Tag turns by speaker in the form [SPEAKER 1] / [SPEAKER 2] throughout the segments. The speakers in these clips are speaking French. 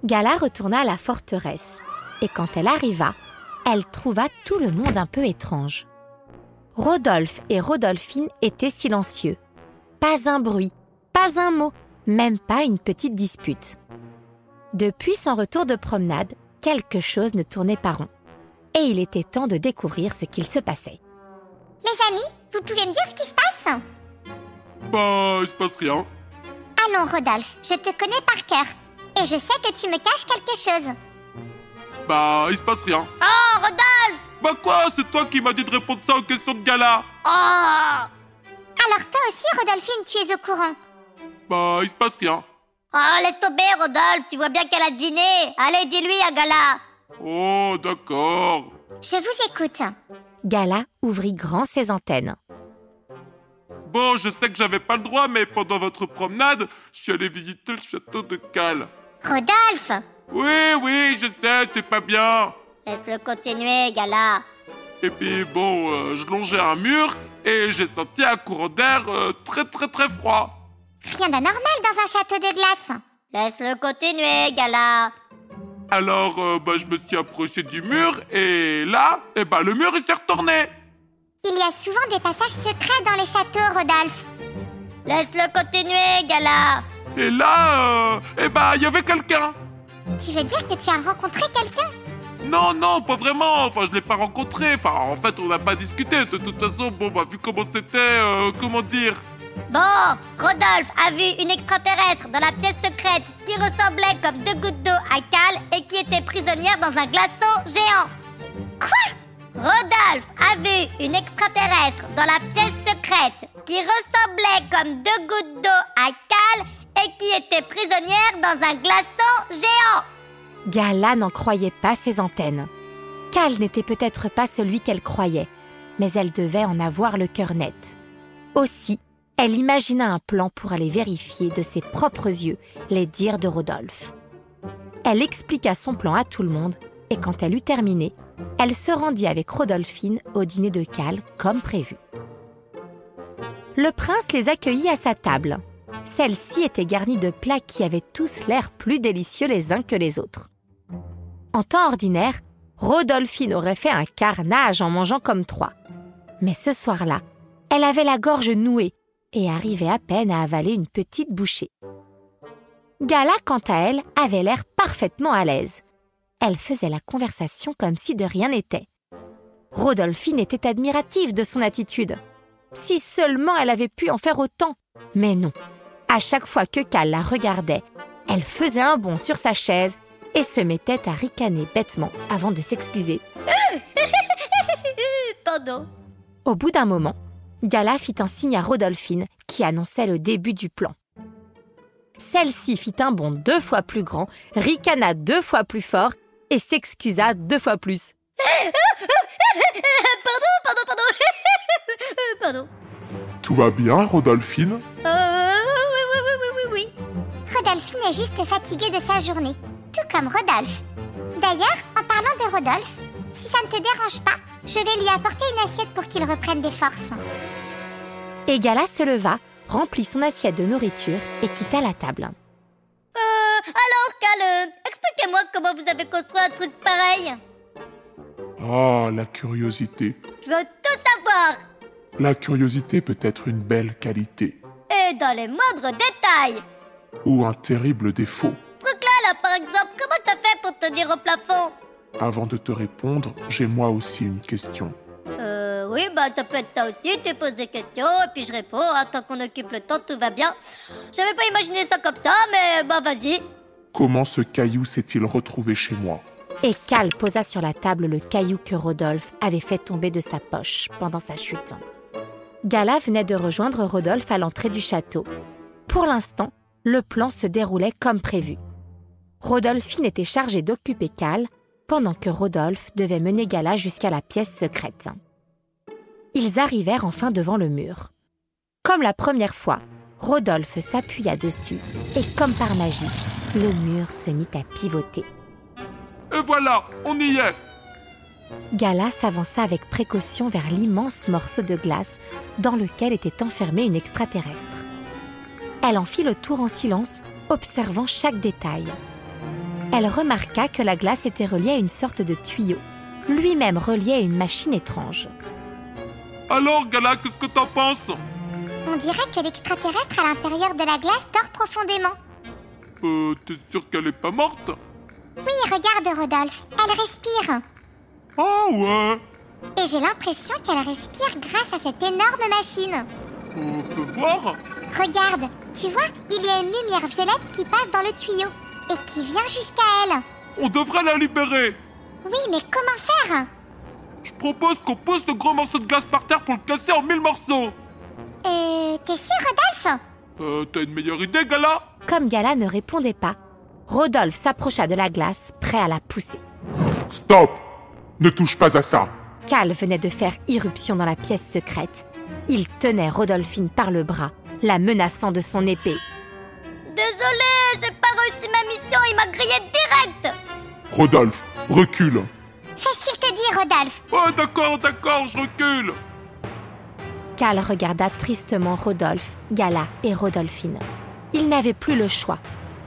[SPEAKER 1] Gala retourna à la forteresse, et quand elle arriva, elle trouva tout le monde un peu étrange. Rodolphe et Rodolphine étaient silencieux. Pas un bruit, pas un mot, même pas une petite dispute. Depuis son retour de promenade, quelque chose ne tournait pas rond. Et il était temps de découvrir ce qu'il se passait.
[SPEAKER 2] Les amis, vous pouvez me dire ce qui se passe
[SPEAKER 3] Bah, il se passe rien.
[SPEAKER 2] Allons, Rodolphe, je te connais par cœur, et je sais que tu me caches quelque chose.
[SPEAKER 3] Bah, il se passe rien.
[SPEAKER 2] Oh, Rodolphe
[SPEAKER 3] Bah quoi, c'est toi qui m'as dit de répondre ça aux questions de gala.
[SPEAKER 2] Oh Alors toi aussi, Rodolphine, tu es au courant.
[SPEAKER 3] Bah, il se passe rien.
[SPEAKER 2] Oh, laisse tomber, Rodolphe, tu vois bien qu'elle a deviné. Allez, dis-lui, à Gala.
[SPEAKER 3] Oh, d'accord.
[SPEAKER 2] Je vous écoute.
[SPEAKER 1] Gala ouvrit grand ses antennes.
[SPEAKER 3] Bon, je sais que j'avais pas le droit, mais pendant votre promenade, je suis allé visiter le château de Cal.
[SPEAKER 2] Rodolphe
[SPEAKER 3] Oui, oui, je sais, c'est pas bien.
[SPEAKER 2] Laisse-le continuer, Gala.
[SPEAKER 3] Et puis bon, euh, je longeais un mur et j'ai senti un courant d'air euh, très très très froid.
[SPEAKER 2] Rien d'anormal dans un château de glace. Laisse-le continuer, Gala.
[SPEAKER 3] Alors, euh, bah, je me suis approché du mur et là, eh ben, le mur il s'est retourné.
[SPEAKER 2] Il y a souvent des passages secrets dans les châteaux, Rodolphe. Laisse-le continuer, Gala.
[SPEAKER 3] Et là, euh, eh ben, il y avait quelqu'un.
[SPEAKER 2] Tu veux dire que tu as rencontré quelqu'un
[SPEAKER 3] Non, non, pas vraiment. Enfin, je l'ai pas rencontré. Enfin, en fait, on n'a pas discuté. De toute façon, bon, bah, vu comment c'était, euh, comment dire
[SPEAKER 2] Bon, Rodolphe a vu une extraterrestre dans la pièce secrète qui ressemblait comme deux gouttes d'eau à Cal et qui était prisonnière dans un glaçon géant. Quoi Rodolphe a vu une extraterrestre dans la pièce secrète qui ressemblait comme deux gouttes d'eau à Cal et qui était prisonnière dans un glaçon géant.
[SPEAKER 1] Gala n'en croyait pas ses antennes. Cal n'était peut-être pas celui qu'elle croyait, mais elle devait en avoir le cœur net. Aussi, elle imagina un plan pour aller vérifier de ses propres yeux les dires de Rodolphe. Elle expliqua son plan à tout le monde et quand elle eut terminé, elle se rendit avec Rodolphine au dîner de Cal comme prévu. Le prince les accueillit à sa table. Celle-ci était garnie de plats qui avaient tous l'air plus délicieux les uns que les autres. En temps ordinaire, Rodolphine aurait fait un carnage en mangeant comme trois. Mais ce soir-là, elle avait la gorge nouée et arrivait à peine à avaler une petite bouchée. Gala, quant à elle, avait l'air parfaitement à l'aise. Elle faisait la conversation comme si de rien n'était. Rodolphine était admirative de son attitude. Si seulement elle avait pu en faire autant. Mais non. À chaque fois que Cal la regardait, elle faisait un bond sur sa chaise et se mettait à ricaner bêtement avant de s'excuser.
[SPEAKER 2] Pardon.
[SPEAKER 1] Au bout d'un moment, Gala fit un signe à Rodolphine qui annonçait le début du plan. Celle-ci fit un bond deux fois plus grand, ricana deux fois plus fort et s'excusa deux fois plus.
[SPEAKER 2] Pardon, pardon, pardon. pardon.
[SPEAKER 4] Tout va bien, Rodolphine
[SPEAKER 2] Euh, oui, oui, oui, oui, oui, oui. Rodolphine est juste fatiguée de sa journée, tout comme Rodolphe. D'ailleurs, en parlant de Rodolphe, si ça ne te dérange pas, je vais lui apporter une assiette pour qu'il reprenne des forces.
[SPEAKER 1] Et Gala se leva, remplit son assiette de nourriture et quitta la table.
[SPEAKER 2] Euh, alors, Cal, euh, expliquez-moi comment vous avez construit un truc pareil.
[SPEAKER 4] Ah, la curiosité.
[SPEAKER 2] Je veux tout savoir,
[SPEAKER 4] La curiosité peut être une belle qualité
[SPEAKER 2] et dans les moindres détails.
[SPEAKER 4] ou un terrible défaut.
[SPEAKER 2] Truc-là, là, par exemple, comment t'as fait pour tenir au plafond
[SPEAKER 4] Avant de te répondre, j'ai moi aussi une question.
[SPEAKER 2] Euh, oui, bah ça peut être ça aussi. Tu poses des questions et puis je réponds. hein, tant qu'on occupe le temps, tout va bien. J'avais pas imaginé ça comme ça, mais bah vas-y.
[SPEAKER 4] Comment ce caillou s'est-il retrouvé chez moi
[SPEAKER 1] Et Cal posa sur la table le caillou que Rodolphe avait fait tomber de sa poche pendant sa chute. Gala venait de rejoindre Rodolphe à l'entrée du château. Pour l'instant, le plan se déroulait comme prévu. Rodolphine était chargée d'occuper Cal pendant que Rodolphe devait mener Gala jusqu'à la pièce secrète. Ils arrivèrent enfin devant le mur. Comme la première fois, Rodolphe s'appuya dessus et comme par magie, le mur se mit à pivoter.
[SPEAKER 3] Et voilà, on y est.
[SPEAKER 1] Gala s'avança avec précaution vers l'immense morceau de glace dans lequel était enfermée une extraterrestre. Elle en fit le tour en silence, observant chaque détail. Elle remarqua que la glace était reliée à une sorte de tuyau, lui-même relié à une machine étrange.
[SPEAKER 3] Alors, Gala, qu'est-ce que t'en penses
[SPEAKER 2] On dirait que l'extraterrestre à l'intérieur de la glace dort profondément.
[SPEAKER 3] Euh, t'es sûr qu'elle est pas morte
[SPEAKER 2] Oui, regarde Rodolphe, elle respire.
[SPEAKER 3] Ah ouais
[SPEAKER 2] Et j'ai l'impression qu'elle respire grâce à cette énorme machine.
[SPEAKER 3] On peut voir
[SPEAKER 2] Regarde, tu vois, il y a une lumière violette qui passe dans le tuyau et qui vient jusqu'à elle.
[SPEAKER 3] On devrait la libérer
[SPEAKER 2] Oui, mais comment faire
[SPEAKER 3] Je propose qu'on pose le gros morceau de glace par terre pour le casser en mille morceaux
[SPEAKER 2] Euh, t'es sûr, Rodolphe
[SPEAKER 3] Euh, T'as une meilleure idée, Gala
[SPEAKER 1] Comme Gala ne répondait pas, Rodolphe s'approcha de la glace, prêt à la pousser.
[SPEAKER 4] Stop Ne touche pas à ça
[SPEAKER 1] Cal venait de faire irruption dans la pièce secrète. Il tenait Rodolphine par le bras, la menaçant de son épée.
[SPEAKER 2] Désolée, j'ai pas réussi ma mission, il m'a grillé direct
[SPEAKER 4] Rodolphe, recule
[SPEAKER 2] Fais ce qu'il te dit, Rodolphe
[SPEAKER 3] Ouais, d'accord, d'accord, je recule
[SPEAKER 1] Cal regarda tristement Rodolphe, Gala et Rodolphine. Il n'avait plus le choix.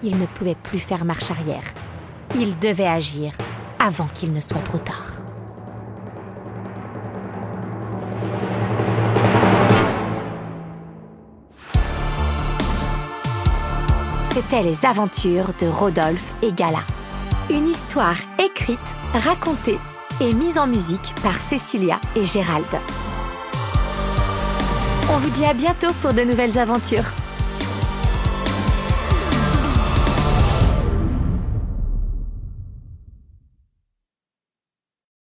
[SPEAKER 1] Il ne pouvait plus faire marche arrière. Il devait agir avant qu'il ne soit trop tard. C'était les aventures de Rodolphe et Gala. Une histoire écrite, racontée et mise en musique par Cécilia et Gérald. On vous dit à bientôt pour de nouvelles aventures.